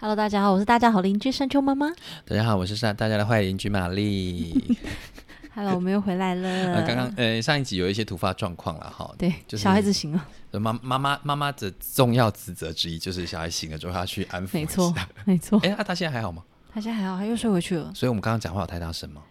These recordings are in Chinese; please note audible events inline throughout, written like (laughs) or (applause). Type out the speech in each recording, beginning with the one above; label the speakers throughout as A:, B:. A: Hello，大家好，我是大家好邻居山丘妈妈。
B: 大家好，我是上大家的坏邻居玛丽。
A: (laughs) Hello，我们又回来了
B: (laughs) 呃，。刚刚呃上一集有一些突发状况了哈，
A: 对、
B: 就是
A: 小孩子行了，
B: 呃妈妈妈妈妈的重要职责之一就是小孩醒了之后要去安抚。
A: 没错。，没错。
B: 哎，那、他现在还好吗？
A: 他现在还好，他又睡回去了。
B: 所以我们刚刚讲话有太大声吗？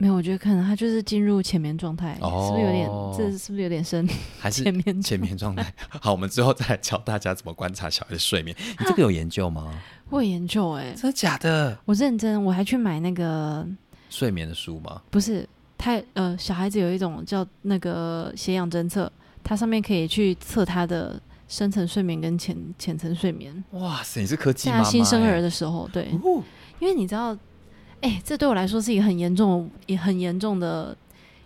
A: 没有，我觉得可能他就是进入浅眠状态，
B: 哦
A: 是不是有点？这是不是有点深？
B: 还是
A: 前面
B: 前面状
A: (laughs)
B: 态？好，我们之后再来教大家怎么观察小孩的睡眠。你这个有研究吗？
A: 我有研究哎、
B: 真的假的？
A: 我认真，我还去买那个
B: 睡眠的书吗？
A: 不是他呃，小孩子有一种叫那个血氧侦测，它上面可以去测他的深层睡眠跟浅浅层睡眠，
B: 哇塞，你是科技
A: 在
B: 妈妈、
A: 他
B: 欸？
A: 新生儿的时候，对，
B: 哦，
A: 因为你知道，哎、这对我来说是一个很严重、也很严重的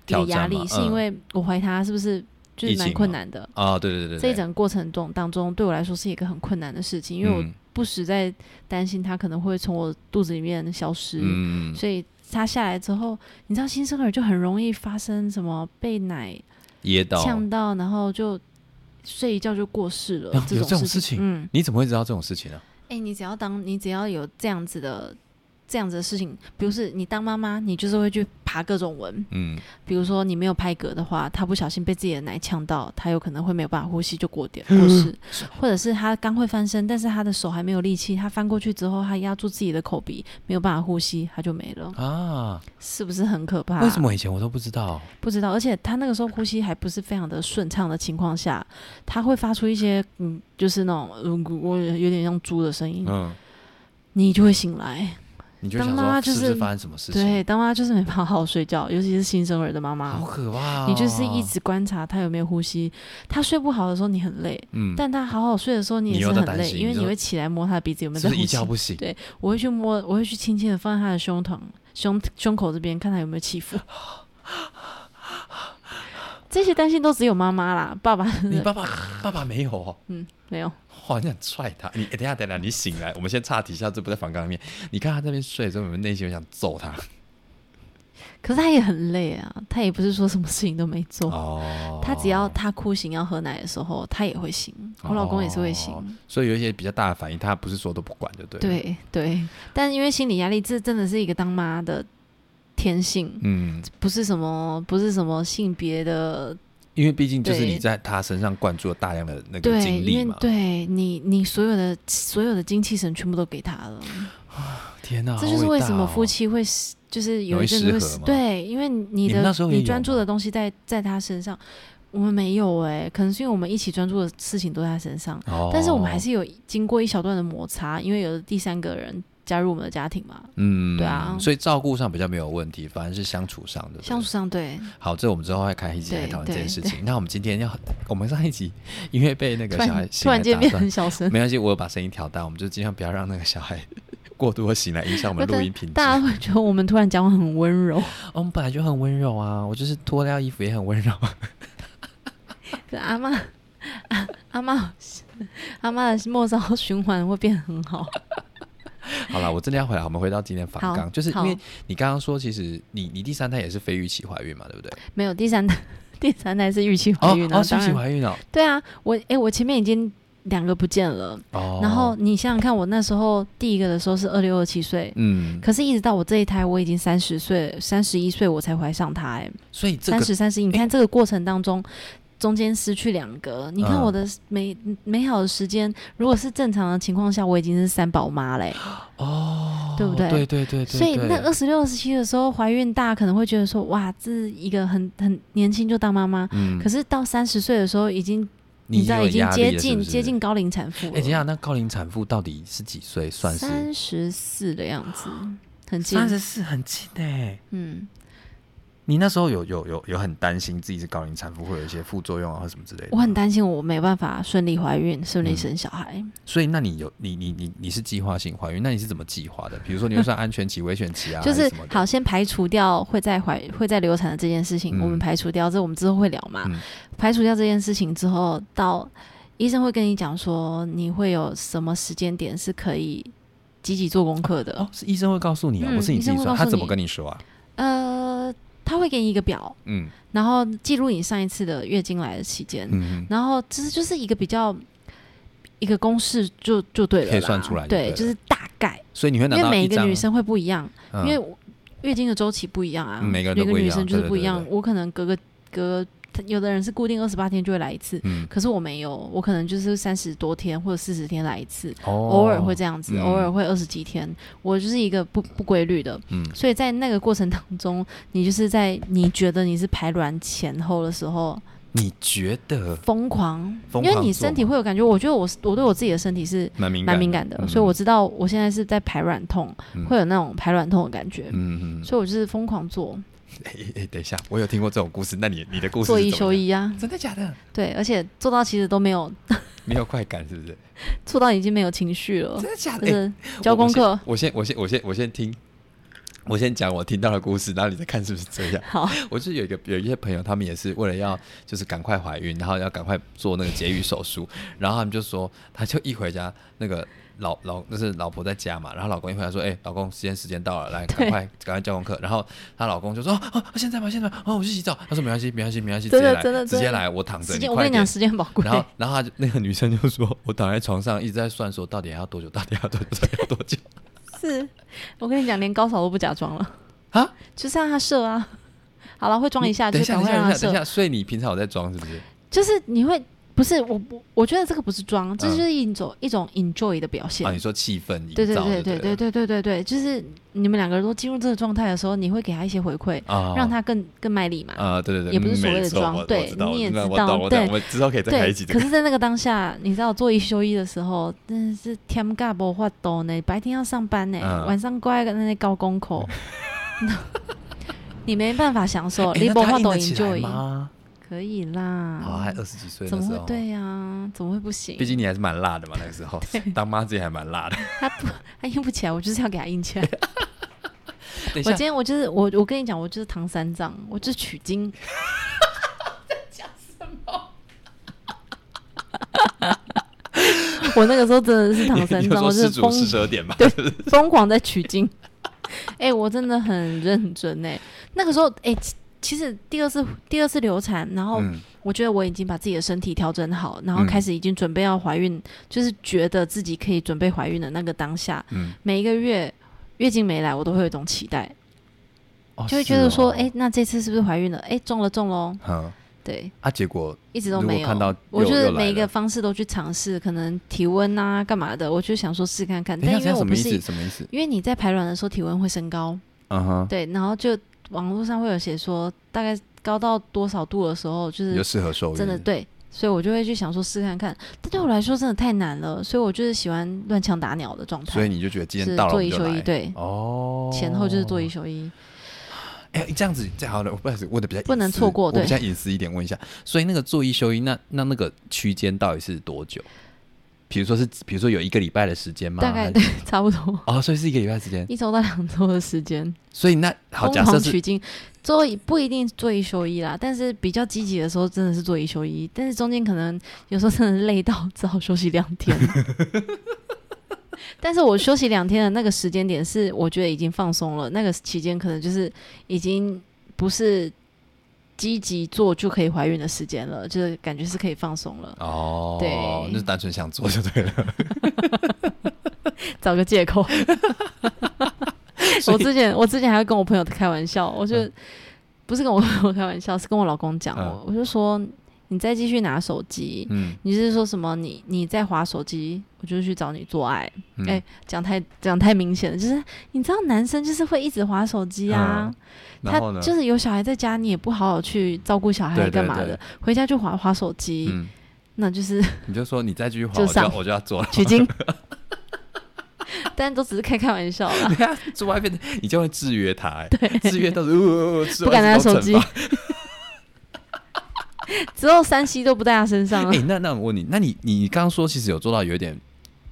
A: 一个
B: 挑战
A: 压力，
B: 嘛
A: 是因
B: 嗯
A: 为我怀他是不是就是
B: 疫情
A: 蛮
B: 嘛
A: 困难的。
B: 啊，对对对对，
A: 这一整个过程中当中，对我来说是一个很困难的事情，因为我
B: 嗯
A: 不时在担心他可能会从我肚子里面消失，
B: 嗯，
A: 所以他下来之后，你知道新生儿就很容易发生什么被奶
B: 噎到，
A: 呛到，然后就睡一觉就过世了、
B: 啊有这
A: 种
B: 种
A: 事
B: 事情
A: 嗯，
B: 你怎么会知道这种事情啊呢、
A: 哎、你只要当你只要有这样子的这样子的事情，比如是你当妈妈，你就是会去爬各种文，
B: 嗯，
A: 比如说你没有拍嗝的话，他不小心被自己的奶呛到，他有可能会没有办法呼吸就过点过
B: (laughs)
A: 世，或者是他刚会翻身，但是他的手还没有力气，他翻过去之后，他压住自己的口鼻，没有办法呼吸，他就没了，
B: 啊，
A: 是不是很可怕？
B: 为什么以前我都不知道？
A: 不知道？而且他那个时候呼吸还不是非常的顺畅的情况下，他会发出一些嗯，就是那种嗯，咕我有点像猪的声音，
B: 嗯，
A: 你就会醒来。
B: 你就会想
A: 当妈妈
B: 说
A: 就是
B: 是不是发生什么事情？
A: 对，当妈妈就是没办法好好睡觉，尤其是新生儿的妈妈
B: 好，可怕、哦！
A: 你就是一直观察她有没有呼吸。她睡不好的时候你很累，
B: 嗯，
A: 但她好好睡的时候你也
B: 你
A: 是
B: 又在
A: 很
B: 担
A: 累，
B: 心
A: 因为
B: 你
A: 你
B: 就
A: 会起来摸她的鼻子有没有在
B: 是不是
A: 呼
B: 一
A: 吸
B: 觉。不醒？
A: 对我会去摸，我会去轻轻的放在她的胸膛、胸胸口这边，看她有没有起伏。这些担心都只有妈妈啦，爸 (laughs) 爸
B: 你爸爸爸爸没有哦，
A: 没有。
B: 哇，你想踹他？啊你、诶等一下等一下，你醒来，我们先岔题一下，这不在房缸里面。你看他那边睡的时候，我们内心有想揍他
A: 可是她也很累啊，她也不是说什么事情都没做。
B: 哦。
A: 她只要她哭醒要喝奶的时候，她也会醒，我老公也是会醒。
B: 哦所以有一些比较大的反应，他不是说都不管，对不对？，
A: 对对，但因为心理压力，这真的是一个当妈的天性，
B: 嗯，
A: 不是什么不是什么性别的
B: 因为毕竟就是
A: 对
B: 你在他身上灌注了大量的那个
A: 对，
B: 精
A: 因
B: 力
A: 为
B: 嘛。
A: 对你你所有的所有的精气神全部都给他了，
B: 天哪、
A: 这就是为什么夫
B: 妻。
A: 妻会是就是有
B: 哦容
A: 一
B: 易
A: 阵
B: 失
A: 子会
B: 和
A: 是
B: 吗
A: 对，因为你
B: 你们
A: 的
B: 那时候也
A: 你
B: 有
A: 专注
B: 吗
A: 的东西在在他身上，我们没有哎、可能是因为我们一起专注的事情都在他身上，
B: 哦
A: 但是我们还是有经过一小段的摩擦，因为有第三个人加入我们的家庭嘛，
B: 嗯
A: 对啊
B: 所以照顾上比较没有问题，反而是相处上的
A: 相处上对。
B: 好，这我们之后会开一集来
A: 对
B: 讨论
A: 对
B: 这件事情。那我们今天要，我们上一集因为被那
A: (laughs)
B: 个
A: 突
B: 小孩
A: 然突
B: 醒来
A: 然间
B: 打
A: 变 (laughs)
B: 断
A: 很小声，
B: 没关系，我有把声音调大，我们就尽量不要让那个小孩过度的醒来影响我们
A: 不是
B: 录音品质。
A: 大家会觉得我们突然讲话很温 (laughs) 柔，
B: 哦我们本来就很温柔啊，我就是脱掉衣服也很温柔。啊
A: 可阿妈、啊阿妈、阿妈的末梢循环会变很好。
B: (laughs) 好了，我真的要回来，我们回到今天
A: 好
B: 房刚，就是因为
A: 好
B: 你刚刚说，其实你你第三胎也是非预期怀孕嘛，对不对？
A: 没有第三胎，第三胎是预期怀
B: 哦
A: 孕啊，
B: 哦，是预
A: 当
B: 期
A: 然
B: 怀孕哦。
A: 对啊，我哎、我前面已经两个不见了，
B: 哦，
A: 然后你想想看，我那时候第一个的时候是二六二七岁。
B: 嗯，
A: 可是，一直到我这一胎，我已经三十岁、三十一岁，我才怀上他、哎，
B: 所以这
A: 三
B: 个哎
A: 十、三十一，你看这个过程当中，中间失去两个，你看
B: 嗯
A: 我的美、美好的时间，如果是正常的情况下，我已经是三宝妈嘞、
B: 哦，
A: 对不对
B: 对对对对，
A: 所以那
B: 对
A: 二十六、二十七的时候怀孕，大家可能会觉得说，哇，这是一个很很年轻就当妈妈。
B: 嗯
A: 可是到三十岁的时候，已经
B: 你
A: 知道
B: 有
A: 已经
B: 压力
A: 接
B: 了
A: 近
B: 是不是
A: 接近高龄产妇
B: 哎、
A: 了，
B: 等一下，那高龄产妇到底是几岁算是？
A: 三十四的样子，很近。
B: 四很近哎、
A: 嗯，
B: 你那时候有有有有很担心自己是高龄产妇会有一些副作用啊，或什么之类的。
A: 我很担心我没办法顺利怀孕、顺利
B: 嗯
A: 生小孩。
B: 所以那你有你你你你是计划性怀孕，那你是怎么计划的？比如说你会算安全期、危险期啊，
A: 就
B: 还是
A: 是
B: 什么的
A: 好，先排除掉会在怀会在流产的这件事情，
B: 嗯
A: 我们排除掉，这我们之后会聊嘛。
B: 嗯
A: 排除掉这件事情之后，到医生会跟你讲说，你会有什么时间点是可以积极做功课的。
B: 哦，是医生会告诉你啊，
A: 嗯
B: 不是你自
A: 医生
B: 己
A: 会
B: 算，
A: 告诉
B: 他
A: 你
B: 怎么跟你说啊？
A: 呃，他会给你一个表，
B: 嗯
A: 然后记录你上一次的月经来的期间，
B: 嗯，
A: 然后其实就是一个比较。一个公式就就对了啦，
B: 可以算出来就对
A: 对，
B: 了
A: 就是大概，
B: 所以你会拿
A: 因为
B: 到
A: 每
B: 一
A: 一个
B: 张，
A: 女生会不一样，
B: 嗯
A: 因为我月经的周期不一样啊，
B: 嗯每个人都
A: 每
B: 不一样
A: 女生就是不一样。
B: 对对对
A: 我可能隔个隔，有的人是固定二十八天就会来一次，
B: 嗯，
A: 可是我没有，我可能就是三十多天或者四十天来一次，
B: 哦
A: 偶尔会这样子，
B: 嗯
A: 偶尔会二十几天，我就是一个不不规律的。
B: 嗯
A: 所以在那个过程当中，你就是在你觉得你是排卵前后的时候
B: 你觉得
A: 疯狂，
B: 疯狂
A: 因为你
B: 做
A: 身体
B: 吗
A: 会有感觉。我觉得我是我对我自己的身体是
B: 蛮敏感
A: 蛮
B: 的，
A: 敏感的，
B: 嗯
A: 所以我知道我现在是在排卵痛，
B: 嗯
A: 会有那种排卵痛的感觉，
B: 嗯 (laughs) 嗯，嗯
A: 所以我就是疯狂做，
B: 哎、哎哎等一下，我有听过这种故事，那你你的故事
A: 做
B: 是
A: 一
B: 怎么
A: 休
B: 样，
A: 一啊，
B: 真的假的？
A: 对，而且做到其实都没有，
B: 没有快感是不是？
A: 做到已经没有情绪了
B: 真，的假
A: 就
B: 的？ (laughs) 哎
A: 是 (laughs) 交
B: 我
A: 功课。
B: 我先我先我先我先我先听，我先讲我听到的故事，然后你再看是不是这样。
A: 好，
B: 我是有一个有一些朋友，他们也是为了要就是赶快怀孕，然后要赶快做那个节育手术，然后他们就说，他就一回家那个。老老那是老婆在家嘛，然后老公一回来说，哎、老公，时间时间到了，来赶
A: 对
B: 快赶快交功课。然后她老公就说，哦、啊啊，现在吗？现在吗？哦，我去洗澡。他说没关系，没关系，没关系，直
A: 真的
B: 接来，
A: 真的
B: 直接
A: 真的
B: 来，我躺着，
A: 时间我
B: 快
A: 跟你
B: 点
A: 讲，。时间很宝贵
B: 然。后，然后他就那个女生就说：“我躺在床上一直在算，说到底还要多久，到底还要多久，到底要多
A: (laughs)
B: 久
A: (laughs) 是，我跟你讲，连高潮都不假装了，
B: 啊？”
A: 就是让他射啊。 (laughs) 好了，会装一下，
B: (laughs) 等
A: 就
B: 一下，
A: 赶
B: 等一
A: 快让
B: 下，等
A: 他
B: 一下，等一
A: 射。
B: 下。所以你平常有在装是不是？
A: 就是你会不是我我我觉得这个不是装，这就是一种、一种 enjoy 的表现。
B: 嗯啊，你说气氛营
A: 对对
B: 造
A: 对
B: 就
A: 对
B: 对
A: 对对对对对，就是你们两个人都进入这个状态的时候，你会给他一些回馈，
B: 了啊，
A: 让他更更卖力嘛。
B: 啊，对对对，
A: 也不是所谓的
B: 没错
A: 装
B: 我我
A: 对
B: 知道
A: 你也
B: 那
A: 知
B: 我
A: 道
B: 懂我懂
A: 对
B: 我们之后可以再开
A: 对
B: 一集，这
A: 可
B: 个。
A: 是，在那个当下，你知道做一休一的时候，真的是天尬不发抖呢，白天要上班呢，
B: 嗯
A: 晚上乖在那里高功口， (laughs) 你没办法享受，
B: (laughs) 哎
A: 你
B: 那
A: 不
B: 他
A: 发
B: 硬
A: 抖
B: 得起来
A: enjoy，
B: 吗？
A: 可以
B: 好，还
A: 啦，
B: 二十几岁
A: 怎
B: 那
A: 么
B: 时
A: 会
B: 候，
A: 对呀、啊怎么会不行？
B: 毕竟你还是蛮辣的嘛，那
A: (laughs)
B: 个时候当妈自己还蛮辣的。
A: 他不，他硬不起来，我就是要给他硬起来。
B: 等一
A: 我
B: 下
A: 今，天我就是我，我跟你讲，我就是唐三藏，我就是取经。
B: (laughs)
A: 在讲什么？ (laughs) 我那个时候真的是唐三
B: (laughs) 你有
A: 藏，我
B: 说
A: 就是是
B: 主
A: 疯
B: 是蛇点吧？
A: 对， (laughs) 疯狂在取经。 (laughs) 哎、我真的很认真哎、那个时候哎、其其实第二次第二次流产，然后
B: 嗯
A: 我觉得我已经把自己的身体调整好，然后
B: 嗯
A: 开始已经准备要怀孕，就是觉得自己可以准备怀孕的那个当下，
B: 嗯，
A: 每一个月月经没来，我都会有一种期待，
B: 哦
A: 就会觉得说，哎、，
B: 是
A: 那这次是不是怀孕了？哎、中了中喽，
B: 哦嗯
A: 对，
B: 啊，结果
A: 一直都没
B: 如
A: 有。
B: 果看到
A: 我
B: 又
A: 就是
B: 又来
A: 每一个
B: 了
A: 方式都去尝试，可能体温啊干嘛的，我就想说试看看，
B: 等一
A: 但
B: 下，
A: 因为
B: 这样
A: 我
B: 什
A: 不
B: 么意
A: 是
B: 思？什么意思？
A: 因为你在排卵的时候体温会升高，
B: 嗯哼，
A: 对，然后就网络上会有写说大概高到多少度的时候，就
B: 你就是适合受孕，
A: 嗯真的对，所以我就会去想说试看看，但对我来说真的太难了，所以我就是喜欢乱枪打鸟的状态，
B: 所以你就觉得今
A: 是
B: 天到了
A: 做
B: 我们
A: 一
B: 就
A: 休一，
B: 来，
A: 对，
B: 哦，
A: 前后就是做一休一，
B: 哎、这样子，这样好了，我不好意思问的比较隐私
A: 不能错过
B: 我
A: 对
B: 比较隐私一点问一下，所以那个做一休一，那那那个区间到底是多久？比如说是，比如说有一个礼拜的时间吗？
A: 大概
B: 还是
A: (laughs) 差不多
B: 哦，所以是一个礼拜的时间。
A: 一周到两周的时间，
B: 所以那好，
A: 疯
B: 假设
A: 狂
B: 是
A: 取经，做一不一定做一休一啦，但是比较积极的时候真的是做一休一，但是中间可能有时候真的累到只好休息两天。 (laughs) 但是我休息两天的那个时间点是，我觉得已经放松了。那个期间可能就是已经不是积极做就可以怀孕的时间了，就是感觉是可以放松了，
B: 哦，
A: 对
B: 就是单纯想做就对了。
A: 找个借口。(laughs)
B: 所
A: 我
B: (laughs) 以
A: 之前我之前还会跟我朋友开玩笑，我就、不是跟我朋友开玩笑，是跟我老公讲，
B: 嗯
A: 我我就说你再继续拿手机，
B: 嗯，
A: 你是说什么你你在划手机，我就去找你做爱。
B: 嗯
A: 哎讲太讲太明显了，就是你知道男生就是会一直划手机啊，
B: 嗯然
A: 他
B: 后呢？
A: 就是有小孩在家，你也不好好去照顾小
B: 对
A: 孩
B: 对
A: 干嘛的，
B: 对
A: 回家就划划手机，
B: 嗯，
A: 那就是
B: 你就说你再继续滑，
A: 就
B: 我就要
A: 上。
B: 我就要做了
A: 取经。 (laughs) 但都只是开开玩笑啦，
B: (laughs) 对啊，做外面的你就会制约他、哎，制约到时候呃呃呃吃
A: 不
B: 完
A: 敢拿
B: 之后
A: 手
B: 惩
A: 机
B: 罚。
A: (laughs) 之后三 C 都不在他身上了
B: 哎、。那那我问你，那你你刚刚说其实有做到有一点，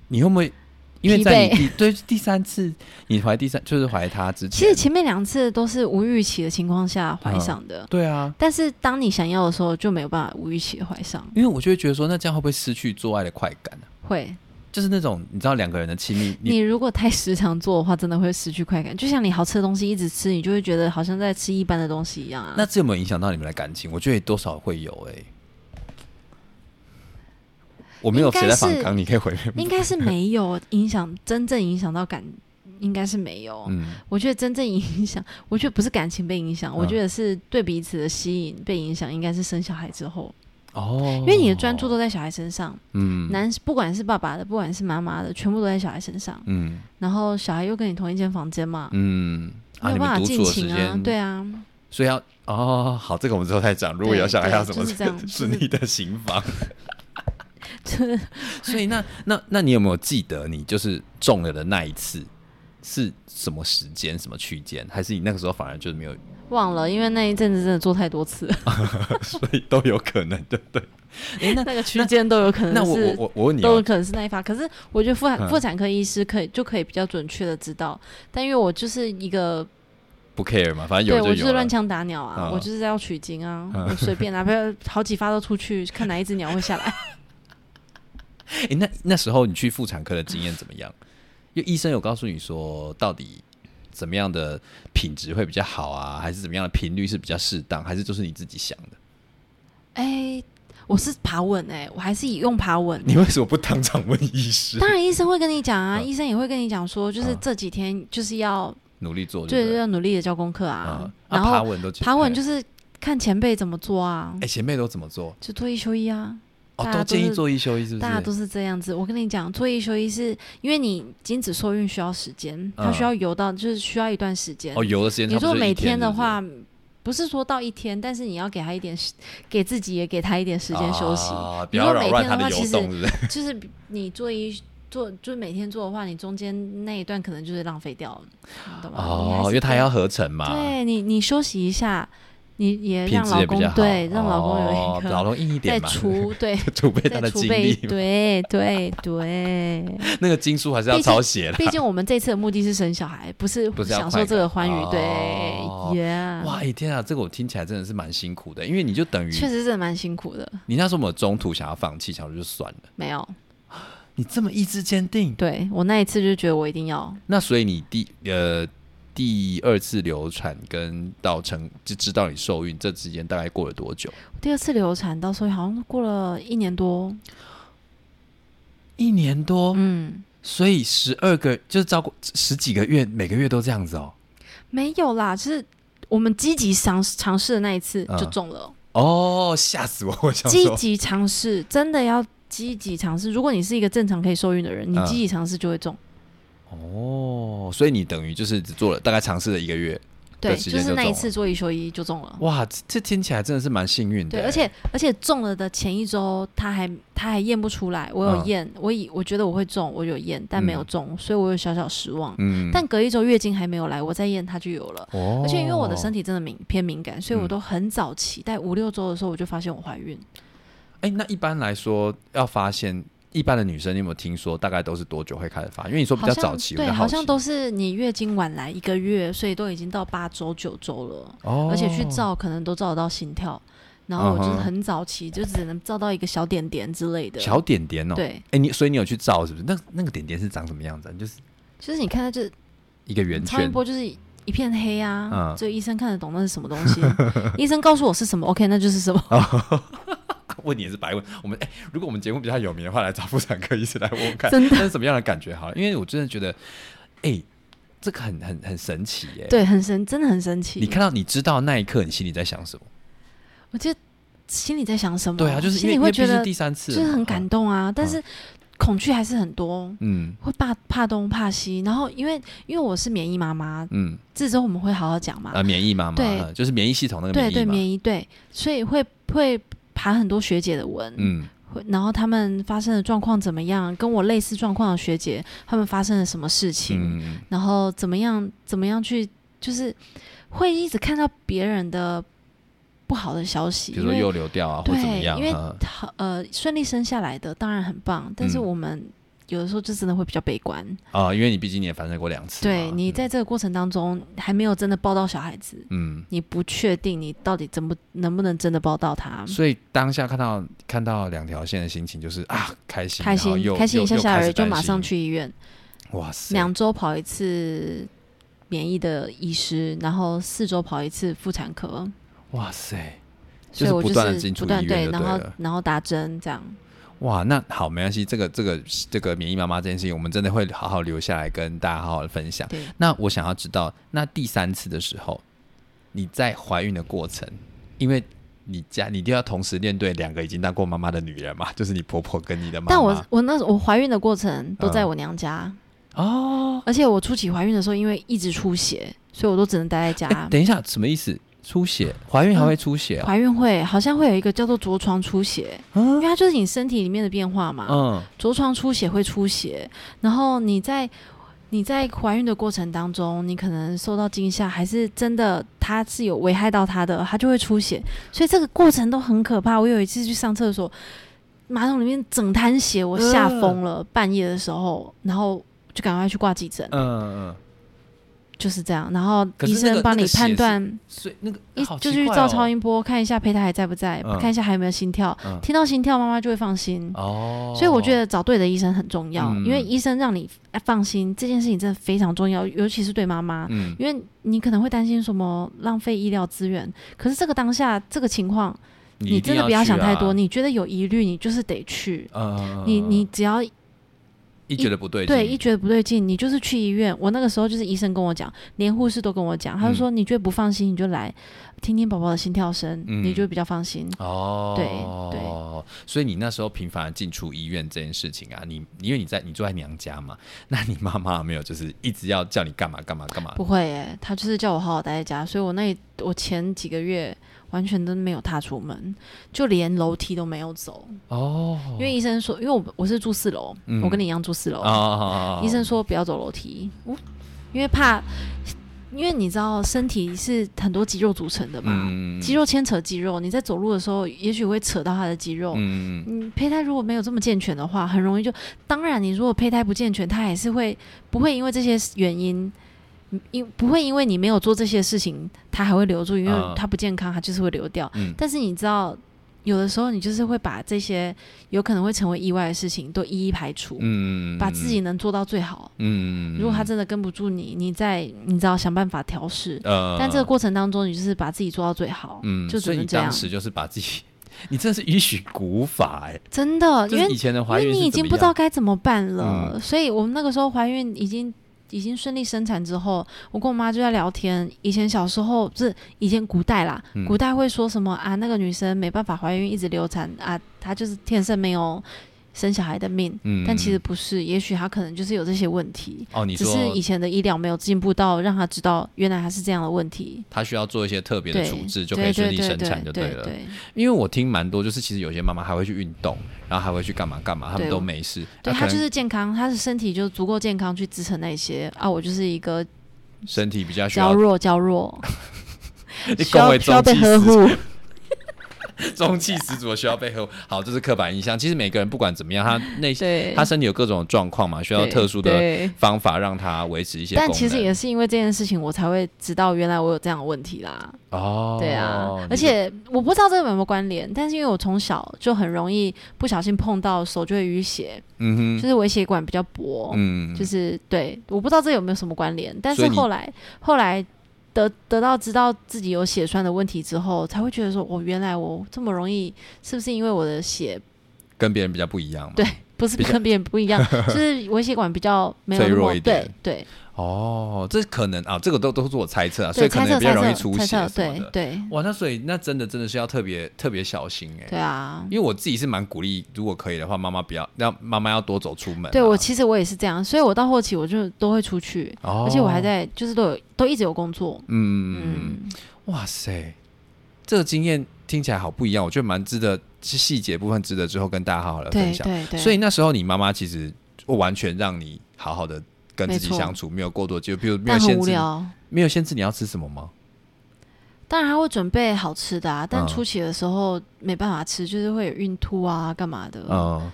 B: 你会不会因为在你
A: 疲
B: 第对第三次你怀第三就是怀他之
A: 其
B: 前，
A: 实前面两次都是无预期的情况下怀上的，
B: 对啊，
A: 但是当你想要的时候就没有办法无预期的怀上，
B: 因为我就会觉得说，那这样会不会失去做爱的快感呢、啊
A: 会。
B: 就是那种你知道两个人的亲密，
A: 你如果太时常做的话，真的会失去快感。就像你好吃的东西一直吃，你就会觉得好像在吃一般的东西一样啊。
B: 那这有没有影响到你们的感情？我觉得多少会有哎、我没有
A: 应该
B: 谁在反
A: 是
B: 抗，你可以回面
A: 应
B: (laughs)
A: 该是没有影响，真正影响到感，应该是没有。
B: 嗯
A: 我觉得真正影响，我觉得不是感情被影响，我
B: 嗯
A: 觉得是对彼此的吸引被影响，应该是生小孩之后，
B: 哦，
A: 因为你的专注都在小孩身上，
B: 嗯
A: 男不管是爸爸的，不管是妈妈的，全部都在小孩身上，
B: 嗯
A: 然后小孩又跟你同一间房间嘛，
B: 嗯
A: 没
B: 啊，
A: 有
B: 你
A: 办法
B: 们独
A: 尽
B: 处的时
A: 情啊，
B: 间
A: 对，啊，
B: 所以要哦好，这个我们之后再讲。如果
A: 对
B: 有小孩
A: 对
B: 要怎么
A: 就是
B: (laughs)
A: 这样
B: 顺
A: 就是
B: 利的刑
A: (laughs)
B: 房，
A: 这
B: 所以那那那你有没有记得你就是中了的那一次是什么时间、什么区间？还是你那个时候反而就是没有， (laughs)
A: 忘了，因为那一阵子真的做太多次了， (laughs)
B: 所以都有可能，对不对？
A: 那个区间都有可能
B: 那我我
A: 是。
B: 我我问你、
A: 都有
B: 哦，
A: 可能是那一发，可是我觉得妇产
B: 嗯
A: 妇产科医师可以就可以比较准确的知道，但因为我就是一个
B: 不 care 嘛，反正
A: 对
B: 有
A: 我
B: 就是有了
A: 乱。枪打鸟啊，
B: 嗯
A: 我就是要取经啊，
B: 嗯
A: 我随便哪怕好几发都出去，看哪一只鸟会下来。 (laughs)
B: 哎、那那时候你去妇产科的经验怎么样？因为医生有告诉你说，到底怎么样的品质会比较好啊，还是怎么样的频率是比较适当，还是就是你自己想的？ (laughs)
A: 哎、我是爬稳哎、我还是以用爬稳。
B: 你为什么不当场问医师？
A: (laughs) 当然，医生会跟你讲啊，
B: 嗯
A: 医生也会跟你讲说，就是
B: 嗯
A: 这几天就是要，
B: 努力做
A: 对，
B: 不
A: 就
B: 对
A: 要努力的交功课啊。
B: 啊，啊
A: 然
B: 爬
A: 后
B: 稳都
A: 爬稳就是是看前辈怎么做啊，
B: 哎、前辈都怎么做？
A: 就做一休一啊。
B: 哦，
A: 大
B: 都
A: 家
B: 建
A: 都
B: 议
A: 是
B: 做一休一，是不
A: 大家
B: 是？
A: 都是这样子。我跟你讲，做一休一是因为你精子受孕需要时间，它需要游到，就是需要一段时间。
B: 嗯哦，有的时间
A: 你
B: 差不
A: 做
B: 多就一
A: 每天
B: 是
A: 的
B: 不是，
A: 话，不是说到一天，但是你要给他一点时，给自己也给他一点时间休息。
B: 啊、不
A: 你
B: 要
A: 若
B: 扰
A: 每
B: 乱
A: 天
B: 它
A: 的话
B: 游
A: 其实
B: 动，是不是？
A: 就是你做一做，就是每天做的话，你中间那一段可能就是浪费掉了，你懂吗？你还
B: 哦，
A: 是
B: 因为它要合成嘛，
A: 对你，你休息一下，你也
B: 品
A: 让
B: 质
A: 老
B: 也比
A: 公
B: 较好，
A: 对，让老公有
B: 哦
A: 一
B: 老
A: 个
B: 公硬一
A: 在
B: 点嘛， (laughs)
A: 储对 (laughs)
B: 储备他
A: 在
B: 的
A: 储
B: 精
A: 备，
B: 力嘛，
A: 对对对。
B: (laughs) 那个经书还是要
A: 毕竟
B: 抄写的。
A: 毕竟我们这次的目的是生小孩，不是
B: 不是要
A: 享
B: 快
A: 受这
B: 感
A: 个欢愉，
B: 哦
A: 对耶。
B: (laughs) 哇，哎天啊，这个我听起来真的是蛮辛苦的，因为你就等于
A: 确实是蛮辛苦的，
B: 你那时候有没有中途想要放弃，想说就算了，
A: 没有，
B: 你这么意志坚定，
A: 对我那一次就觉得我一定要，
B: 那所以你第呃第二次流产跟到成就知道你受孕这之间大概过了多久？
A: 第二次流产到时候好像过了一年多，
B: 一年多，
A: 嗯，
B: 所以十二个就是超过十几个月，每个月都这样子哦。
A: 没有啦，就是我们积极尝尝试的那一次
B: 嗯
A: 就中了，
B: 哦，吓死我！我想
A: 积
B: 说，
A: 极尝试真的要积极尝试。如果你是一个正常可以受孕的人，你
B: 嗯
A: 积极尝试就会中。
B: 哦，所以你等于就是只做了大概尝试了一个月，
A: 对，
B: 对时
A: 就
B: 间就是
A: 那一
B: 中了嗯
A: 次做一休一就中了。
B: 哇，这这听起来真的是蛮幸运的
A: 哦对，
B: 欸。
A: 而且而且中了的前一周，他还他还验不出来，我有
B: 嗯
A: 验，我以我觉得我会中，我有验，但没有
B: 嗯
A: 中，所以我有小小失望。
B: 嗯
A: 但隔一周月经还没有来，我再验它就有了。
B: 哦
A: 而且因为我的身
B: 体，
A: 体真的敏偏敏感，所以我
B: 嗯
A: 都很早期，在五六周的时候我就发现我怀孕。
B: 哎、那一般来说要发现一般的女生，你有没有听说大概都是多久会开始发？因为你说比
A: 好
B: 较
A: 像
B: 早期，我比
A: 对，
B: 较
A: 好
B: 奇
A: 像都是你月经晚来一个月，所以都已经到八周九周了，
B: 哦，
A: 而且去照可能都照得到心跳。然后我就是
B: 嗯哼
A: 很早期，就只能照到一个小点点之类的。
B: 小点点哦。，
A: 对，
B: 哎、你所以你有去照是不是？那那个点点是长什么样子啊、就是
A: 就是你看它就是
B: 一个圆
A: 超音
B: 圈。
A: 波就是一片黑啊
B: 嗯，
A: 只有医生看得懂那是什么东
B: (laughs)
A: 西。医生告诉我是什么，OK，那就是什么。
B: 啊 (laughs) 问你也是白问。我们哎、如果我们节目比较有名的话，来找妇产科医生来问问
A: (laughs)
B: 看，
A: 真的
B: 那是什么样的感觉好了？因为我真的觉得，哎、这个很很很神奇耶、
A: 对，很神，真的很神奇。
B: 你看到你知道那一刻，你心里在想什么？
A: 我觉得心里在想什么？
B: 对啊，就是因
A: 哦心
B: 为
A: 里
B: 因为
A: 会
B: 毕
A: 觉
B: 竟
A: 得
B: 是第三次
A: 就
B: 了
A: 是
B: 嘛，
A: 很感动啊，但
B: 嗯
A: 是恐惧还是很多，
B: 嗯
A: 会怕怕东怕西。然后因为因为我是免疫妈妈，
B: 嗯
A: 这周我们会好好讲嘛。
B: 啊，免疫妈妈，
A: 对
B: 嗯就是免疫系统那个
A: 对
B: 疫
A: 对，
B: 嘛，
A: 免疫对，所以会会爬很多学姐的文，
B: 嗯，
A: 会然后他们发生的状况怎么样，跟我类似状况的学姐，他们发生了什么事情，
B: 嗯，
A: 然后怎么样怎么样去，就是会一直看到别人的不好的消息，
B: 比如说
A: 因为
B: 又流掉啊，或
A: 对
B: 怎么样，
A: 因为
B: 嗯
A: 好呃顺利生下来的当然很棒，但是
B: 嗯
A: 我们有的时候就真的会比较悲观。
B: 啊，因为你毕竟你也反正过两次嘛，
A: 对你在这个过程当中还没有真的抱到小孩子，
B: 嗯，
A: 你不确定你到底怎么能不能真的抱到他
B: 嗯，。所以当下看到看到两条线的心情就是啊，开心，
A: 开
B: 然后
A: 心
B: 又
A: 开心一下下
B: 又又开
A: 而
B: 始
A: 已，就
B: 担
A: 马上
B: 心，
A: 去医院，
B: 哇塞，
A: 两周跑一次免疫的医师，然后四周跑一次妇产科，
B: 哇塞，
A: 所以
B: 是
A: 我
B: 不
A: 就
B: 断地
A: 是
B: 进出
A: 不断
B: 医院就
A: 然
B: 对
A: 后
B: 了
A: 然后打针这样，
B: 哇，那好，没关系，这个这个这个免疫妈妈这件事情，我们真的会好好留下来跟大家好好的分享。
A: 对，
B: 那我想要知道，那第三次的时候，你在怀孕的过程，因为你家你一定要同时面对两个已经当过妈妈的女人嘛， (laughs) 就是你婆婆跟你的妈妈。
A: 但我我那我怀孕的过程都在
B: 嗯
A: 我娘家，
B: 哦、
A: 而且我初期怀孕的时候，因为一直出血，所以我都只能待在
B: 哎
A: 家。
B: 等一下，什么意思？出血？怀孕还
A: 嗯
B: 会出血啊？
A: 怀孕会好像会有一个叫做着床出血，因
B: 嗯
A: 为它就是你身体里面的变化嘛。
B: 嗯
A: 着床出血会出血，然后你在你在怀孕的过程当中，你可能受到惊吓，还是真的它是有危害到它的，它就会出血，所以这个过程都很可怕。我有一次去上厕所，马桶里面整滩血，我吓
B: 嗯
A: 疯了，半夜的时候，然后就赶快去挂急诊，
B: 嗯嗯，
A: 就是这样。然后
B: 可是
A: 医
B: 那个
A: 生帮
B: 那
A: 你
B: 个血
A: 判
B: 是
A: 断，
B: 所以那个
A: 一
B: 好
A: 就
B: 奇
A: 是去
B: 怪
A: 照
B: 哦
A: 超音波看一下胚胎还在不在，
B: 嗯
A: 看一下还有没有心跳，
B: 嗯
A: 听到心跳妈妈就会放心。
B: 哦，
A: 所以我觉得找对的医生很重要，
B: 嗯
A: 因为医生让你哎放心，这件事情真的非常重要，尤其是对妈妈，
B: 嗯
A: 因为你可能会担心什么浪费医疗资源，可是这个当下这个情况，
B: 一
A: 你
B: 定
A: 真的不要
B: 去
A: 想太
B: 啊
A: 多，你觉得有疑虑，你就是得去。
B: 嗯，
A: 你你只要
B: 一觉得不对劲，
A: 对一觉得不对劲，你就是去医院。我那个时候就是医生跟我讲，连护士都跟我讲，
B: 嗯
A: 他就说你觉得不放心，你就来听听宝宝的心跳声，
B: 嗯
A: 你就会比较放心。
B: 哦，
A: 对对
B: 所以你那时候频繁的进出医院这件事情啊，你因为你在你住在娘家嘛， (laughs) 那你妈妈有没有就是一直要叫你干嘛干嘛干嘛？
A: 不会耶，他就是叫我好好待在家，所以我那我前几个月完全都没有踏出门，就连楼梯都没有走，
B: 哦，
A: 因为医生说，因为我我是住四楼，
B: 嗯
A: 我跟你一样住四楼，
B: 啊
A: 医生说不要走楼梯，因为怕，因为你知道身体是很多肌肉组成的嘛，
B: 嗯
A: 肌肉牵扯肌肉，你在走路的时候，也许会扯到他的肌肉。
B: 嗯嗯
A: 嗯，胚胎如果没有这么健全的话，很容易就。当然，你如果胚胎不健全，它还是会不会因为这些原因，嗯因不会因为你没有做这些事情，它还会留住，因
B: 嗯
A: 为它不健康，它就是会流掉。
B: 嗯
A: 但是你知道，有的时候你就是会把这些有可能会成为意外的事情都一一排除，
B: 嗯，
A: 把自己能做到最好。
B: 嗯，
A: 如果他真的跟不住你，你再你知道想办法调试。
B: 呃，
A: 但这个过程当中，你就是把自己做到最好，
B: 嗯，
A: 就
B: 所
A: 只
B: 以你
A: 能这样
B: 当。时就是把自己， (laughs) 你真的是一曲古法哎，
A: 真的，呃因
B: 就是
A: 为
B: 以前的
A: 因
B: 怀
A: 为
B: 孕
A: 你已经不知道该怎么办了，
B: 嗯
A: 所以我们那个时候怀孕已经已经顺利生产之后，我跟我妈就在聊天。以前小时候不是以前古代啦，
B: 嗯
A: 古代会说什么啊？那个女生没办法怀孕，一直流产啊，她就是天生没有生小孩的命。
B: 嗯，
A: 但其实不是，也许她可能就是有这些问题，
B: 哦，你
A: 只
B: 说
A: 是以前的医疗没有进步到让她知道原来她是这样的问题。
B: 他需要做一些特别的
A: 对，
B: 处置，就可
A: 对
B: 以顺利
A: 对
B: 生
A: 对
B: 产就
A: 对
B: 了。
A: 对
B: 因为我听蛮多，就是其实有些妈妈还会去运动，然后还会去干嘛干嘛，他们
A: 对
B: 都没事。
A: 对，
B: 那
A: 她
B: 可
A: 就
B: 能
A: 是健康，她的身体就足够健康去支撑那些啊。我就是一个
B: 身体比较需
A: 娇
B: 要，
A: 弱，娇弱，
B: (laughs) 你
A: 需要
B: 会
A: 需要
B: 中
A: 被
B: 气
A: 呵
B: 十
A: 护。
B: 足， (laughs) 中气十足的需要被呵护。好，这是刻板印象。其实每个人不管怎么样，他内
A: (laughs)
B: 心
A: 对，
B: 他身体有各种状况嘛，需
A: 比
B: 要特殊的方法让他维持一些功能。
A: 但其实也是因为这件事情，我才会知道原来我有这样的问题啦。
B: 哦，
A: 对啊，而
B: 你就
A: 且我不知道这个有没有关联，但是因为我从小就很容易不小心碰到手就会淤血，
B: 嗯
A: 就
B: 哼，
A: 是微血管比较薄，
B: 嗯，
A: 就是对，我不知道这有没有什么关联，但
B: 所
A: 是
B: 以你
A: 后来后来得得到知道自己有血栓的问题之后，才会觉得说，我、原来我这么容易，是不是因为我的血
B: 跟别人比较不一样嘛。
A: 对不是
B: 比较
A: 跟别人不一
B: (laughs)
A: 样，就是微血管比较没有那
B: 脆弱
A: 么
B: 一
A: 对
B: 点
A: 对
B: 哦，这可能啊，这个都都是我猜测啊，所以
A: 对，
B: 可
A: 猜
B: 能
A: 测
B: 比
A: 猜
B: 较容易
A: 测
B: 出
A: 猜
B: 血什
A: 测，
B: 么
A: 对
B: 的。
A: 对
B: 哇，那所以那真的真的是要特别特别小心哎。
A: 对啊。
B: 因为我自己是蛮鼓励，如果可以的话，妈妈不要让妈妈要多走出门啊、
A: 对我其实我也是这样，所以我到后期我就都会出去，
B: 哦，
A: 而且我还在就是都有都一直有工作，
B: 嗯，
A: 嗯，
B: 哇塞，这个经验听起来好不一样，我觉得蛮值得是细节部分值得之后跟大家好好的分
A: 对
B: 享。
A: 对对，
B: 所以那时候你妈妈其实完全让你好好的跟自己
A: 没错
B: 相处，没有过多就比如没
A: 但
B: 有
A: 很
B: 限
A: 无
B: 制，
A: 聊，
B: 没有限制你要吃什么吗？
A: 当然他会准备好吃的啊，但
B: 嗯
A: 初期的时候没办法吃，就是会有孕吐啊，干嘛的。
B: 嗯，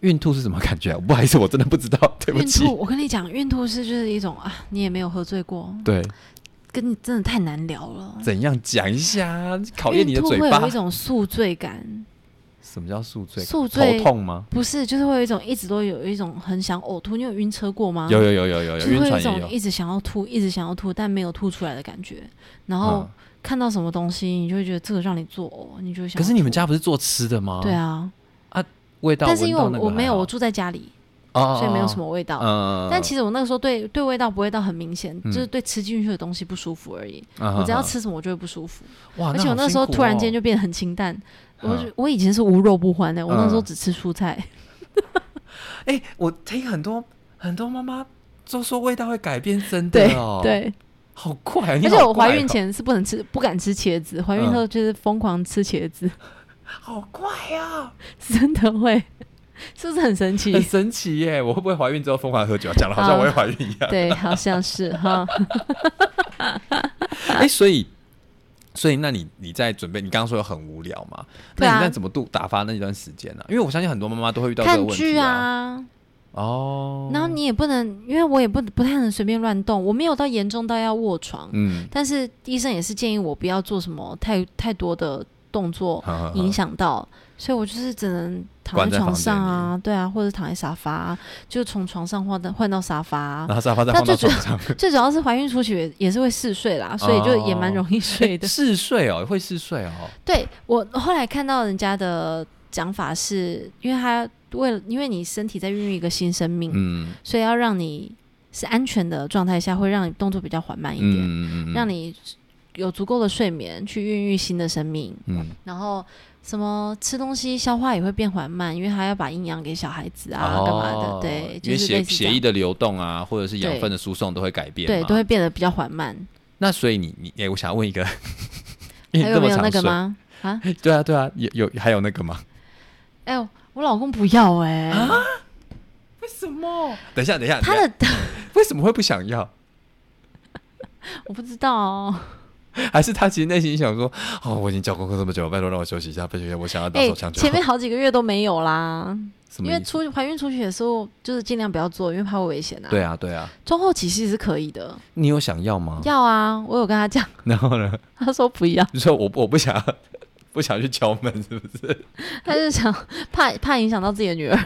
B: 孕吐是什么感觉、啊？不好意思，我真的不知道，对不
A: 孕
B: 起
A: 吐，。我跟你讲，孕吐是就是一种啊，你也没有喝醉过，
B: 对，
A: 跟你真的太难聊了。
B: 怎样讲一下啊？考验你的
A: 孕吐
B: 嘴
A: 会有
B: 巴
A: 一。种宿醉感，
B: 什么叫宿醉？
A: 宿醉
B: 头痛吗？
A: 不是，就是会有一种一直都有一种很想呕吐。你有晕车过吗？
B: 有有有有有有，
A: 啊就是
B: 晕
A: 会有
B: 船
A: 一
B: 也
A: 种
B: 有。
A: 一直想要吐，一直想要吐，但没有吐出来的感觉。然后
B: 嗯
A: 看到什么东西，你就会觉得这个让你作呕，你就会想要吐。
B: 可是你们家不是做吃的吗？
A: 对啊，
B: 味道
A: 但是因为我
B: 闻到那个
A: 我没有，
B: 还好
A: 我住在家里，
B: 哦哦
A: 所以没有
B: 哦
A: 什么味道。
B: 嗯，
A: 但其实我那个时候对对味道不味道很明显，
B: 嗯啊
A: 就是对吃进去的东西不舒服而已。
B: 我
A: 我只要，吃什么我就会不舒服，
B: 嗯哇！
A: 而且我
B: 啊好
A: 那时候
B: 辛苦
A: 突然
B: 哦
A: 间就变得很清淡。我就
B: 嗯
A: 我以前是无肉不欢的，我那时候
B: 嗯
A: 只吃蔬菜。
B: 哎、我听很多很多妈妈都说味道会改变，真的
A: 对
B: 哦，，
A: (laughs) 对，
B: 好怪。你
A: 而且
B: 好
A: 我
B: 怪
A: 怀孕
B: 哦
A: 前是不能吃、不敢吃茄子，怀孕
B: 嗯
A: 后就是疯狂吃茄子， (laughs)
B: 好怪啊，
A: 真的会，是不是很神
B: (laughs)
A: 奇
B: 很？神奇耶！我会不会怀孕之后疯狂喝酒啊？讲的好像
A: 好
B: 我会怀孕一样。
A: 对，好像是哈。
B: 哎、所以所以那你你在准备，你刚刚说很无聊嘛？
A: 对
B: 那
A: 啊
B: 你在怎么度打发那段时间呢、因为我相信很多妈妈都会遇到这个
A: 看
B: 问
A: 剧
B: 题啊。
A: 啊，
B: 哦，
A: 然后你也不能，因为我也不不太能随便乱动，我没有到严重到要卧床，
B: 嗯，
A: 但是医生也是建议我不要做什么太太多的动作，
B: 呵呵呵
A: 影响到，所以我就是只能躺
B: 嗯关
A: 在
B: 在
A: 床
B: 房间
A: 上啊，对啊，或者躺在沙发、啊，就从床上换到换到沙发、啊。
B: 然后沙发再
A: 但
B: 放到
A: 最主
B: 床上，
A: 最主要是怀孕初期也也是会嗜睡
B: 哦
A: 啦，所以就也蛮容易睡的。
B: 嗜睡哦，会嗜睡哦，
A: (laughs) 对我后来看到人家的讲法是，因为他为了因为你身体在孕育一个新生命，
B: 嗯，
A: 所以要让你是安全的状态下，会让你动作比较缓慢一点，
B: 嗯
A: 让你有足够的睡眠去孕育新的生命。
B: 嗯
A: 然后什么吃东西消化也会变缓慢，因为他要把营养给小孩子啊，干嘛
B: 哦
A: 的？对，
B: 因为
A: 就是
B: 血
A: 类似这
B: 血
A: 样
B: 液的流动啊，或者是养
A: 对
B: 分的输送都会改变嘛，
A: 对都会变得比较缓慢。
B: 那所以你你哎、我想问一个，因为
A: (laughs) 还
B: 这
A: 有
B: 么
A: 没有
B: 长
A: 那个
B: 睡？
A: 吗？啊，
B: 对啊对啊，有有还有那个吗？
A: 哎呦，我老公不要哎、
B: 啊为什么？等一下等一下，
A: 他
B: 等一
A: 的
B: 下为什么会不想要？
A: (laughs) 我不知道、哦，
B: 还是他其实内心想说，哦，我已经交功课这么久了，拜托让我休息一下，拜托我想要打
A: 哎、
B: 手枪就好。
A: 前面好几个月都没有啦，
B: 什
A: 因
B: 么
A: 为
B: 意思？
A: 出怀孕出血的时候就是尽量不要做，因为怕会危险啊。
B: 对，啊对啊，
A: 中后期其实是可以的，
B: 你有想要吗？
A: 要啊，我有跟他讲，
B: 然后呢，
A: 他说不要，
B: 就说我我不想要不想去敲门，是不是？
A: 他就想怕怕影响到自己的
B: (laughs)
A: 女儿。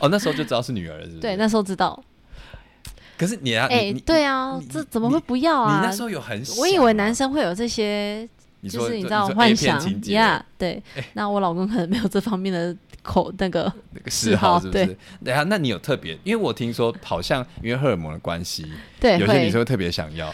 B: 哦，那时候就知道是女儿了，是不是？
A: 对，那时候知道，
B: 可是你啊，你
A: 哎、
B: 你
A: 对啊
B: 你，
A: 这怎么会不要
B: 你
A: 啊？
B: 那时候有很想啊，
A: 我以为男生会有这些，
B: 你
A: 就
B: 说，
A: 是你
B: 说
A: 知道
B: 说 A
A: 幻
B: 片
A: 想
B: 情节哎
A: 呀对。那我老公可能没有这方面的口那个，
B: 那个
A: 嗜
B: 嗜好
A: 好
B: 是不是？等一下，那你有特别？因为我听说好像因为荷尔蒙的关系，
A: (laughs) 对，
B: 有些女
A: 会
B: 生会特别想要，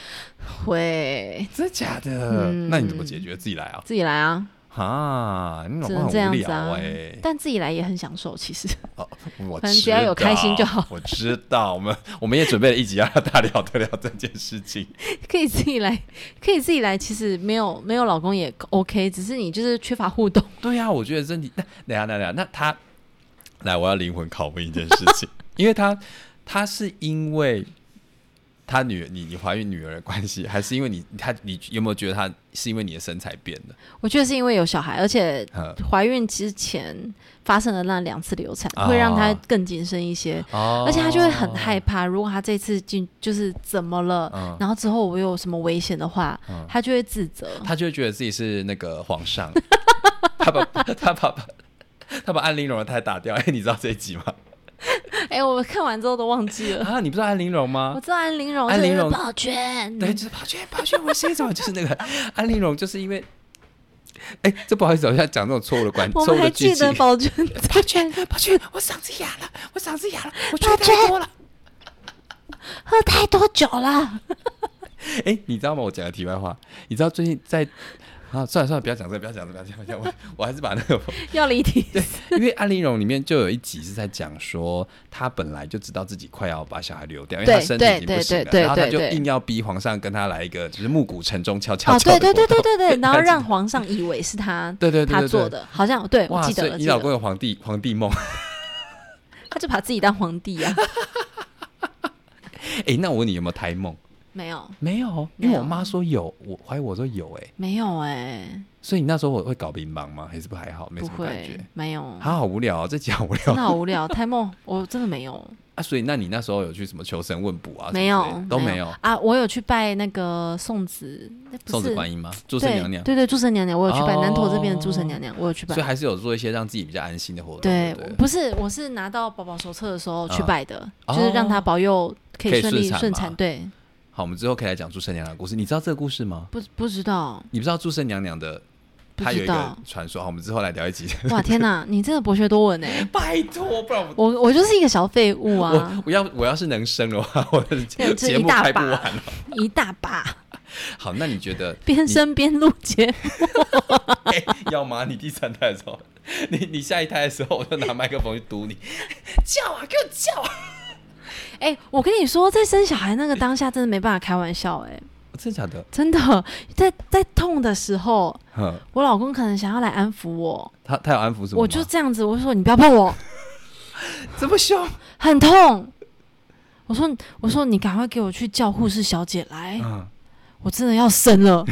A: 会
B: 真的假的？
A: 嗯
B: 那你怎么解决？自己来啊？
A: 自己来啊，
B: 啊，你老
A: 只
B: 公
A: 能这
B: 很无
A: 样子
B: 聊
A: 啊
B: 哎、。
A: 但自己来也很享受，其实 (laughs)
B: 我
A: 可能
B: 知
A: 只要有开心就
B: 道
A: 好。
B: 我知道，我们我们也准备了一集要大聊特聊这件事情。
A: 可以自己来，可以自己来，其实没有没有老公也 OK，只是你就是缺乏互动。
B: 对呀、我觉得身体那等一下等一下，那他来，我要灵魂拷问一件事 (laughs) 情，因为他他是因为他女你你怀孕女儿的关系，还是因为你他你有没有觉得他是因为你的身材变的？
A: 我觉得是因为有小孩，而且
B: 呃
A: 怀孕之前发生了那两次流产，
B: 啊
A: 会让她更谨慎一些。
B: 哦
A: 而且他就会很害怕，如果他这次进就是怎么了，
B: 嗯
A: 然后之后我有什么危险的话，
B: 嗯
A: 他就会自责。
B: (laughs) 他就会觉得自己是那个皇 (laughs) 上，他把他把他把安陵容的胎打掉。哎、你知道这一集吗？
A: 哎、我看完之后都忘记了。
B: 啊，你不知道安陵容
A: 我
B: 吗？
A: 知道安陵容，
B: 安陵容
A: 就是抱拳，
B: 对，就是宝娟，宝娟，我是什么？就是那个安陵容，就是因为。哎、这不好意思，我现在讲这种错误的观，
A: 我
B: 错
A: 们
B: 误
A: 还
B: 的
A: 记
B: 剧情
A: 得。宝娟，
B: 宝娟，宝娟，我嗓子哑了，我嗓子哑了，我觉得太多了。
A: (laughs) 喝太多酒了。
B: 哎、你知道吗？我讲个题外话，你知道最近在啊，算了算了，不要讲这个，不要讲这个，不要讲这个，我我还是把那个
A: 要离题，
B: 因为《安陵容》里面就有一集是在讲说，她本来就知道自己快要把小孩流掉，因为
A: 对
B: 她身体已经不行
A: 对对
B: 了，
A: 对
B: 然后她
A: 对
B: 就
A: 对
B: 硬要逼皇上跟她来一个就是暮鼓晨钟敲敲
A: 哦，
B: 敲
A: 对
B: 的
A: 对
B: 活
A: 对
B: 动。
A: 对对
B: (laughs)，
A: 对，然后让皇上以为是他
B: 对对对对
A: 他做的，好像对我
B: 哇！
A: 记
B: 所
A: 得
B: 以
A: 了，
B: 你
A: 记
B: 老
A: 得
B: 公
A: 了，
B: 有皇帝皇帝梦。 (laughs)
A: 他就把自己当皇帝啊，
B: 哎，那我问你有没有胎梦？
A: 没有
B: 没有，
A: 没有
B: 因为我妈说有，我怀疑我说有哎、
A: 没有哎、
B: 所以你那时候我会搞乒乓吗？还是不还好，没
A: 不
B: 什么感觉
A: 会。，没有，
B: 他好无聊、哦，这集好无聊
A: 真的好无
B: (laughs)
A: 聊，太梦，我真的没有。
B: 啊！所以那你那时候有去什么求神问卜啊？
A: 没
B: 什么
A: 有
B: 之类，的都没有。
A: 啊！我有去拜那个送子，那不是
B: 送子观音吗？祝
A: 对
B: 圣娘娘。
A: 对对，祝生娘娘，我有去拜
B: 哦
A: 南投这边的祝生娘娘，我有去拜
B: 所以。还是有做一些让自己比较安心的活动。
A: 对，
B: 不
A: 我不是，我是拿到宝宝手册的时候去拜的，就是
B: 哦
A: 让他保佑可
B: 可以
A: 以顺利
B: 顺产
A: 顺
B: 嘛
A: 产。对，
B: 好，我们之后可以来讲祝圣娘娘的故事。你知道这个故事吗？
A: 不不知道，
B: 你不知道祝圣娘娘的
A: 不
B: 他有
A: 知
B: 一个
A: 道。
B: 传说，好，我们之后来聊一集。
A: 哇，天哪，你真的博学多闻哎、
B: (laughs) 拜托，不然我
A: 我我就是一个小废物啊
B: 我，我要我要是能生的话， (laughs) 我的
A: 对这
B: 节
A: 一
B: 目
A: 大
B: 开不
A: 把
B: 完了。
A: (laughs) 一大把，
B: 好，那 (laughs) 你觉
A: (laughs)
B: 得
A: 边生边录节
B: 哎，要吗？你 (laughs) 第三胎的时候，你你下一胎的时候，我就拿麦克风去堵你，叫啊，给我叫啊！
A: 哎、我跟你说，在生小孩那个当下，真的没办法开玩笑、哎，
B: 真的假的？
A: 真的，在在痛的时候，
B: 哼，
A: 我老公可能想要来安抚我，
B: 他他有安抚什么吗？
A: 嗯我就这样子，我就说你不要碰我，
B: 这么凶，
A: 很痛。我说我说你赶快给我去叫护士小姐来，
B: (laughs) 嗯，
A: 我真的要生了。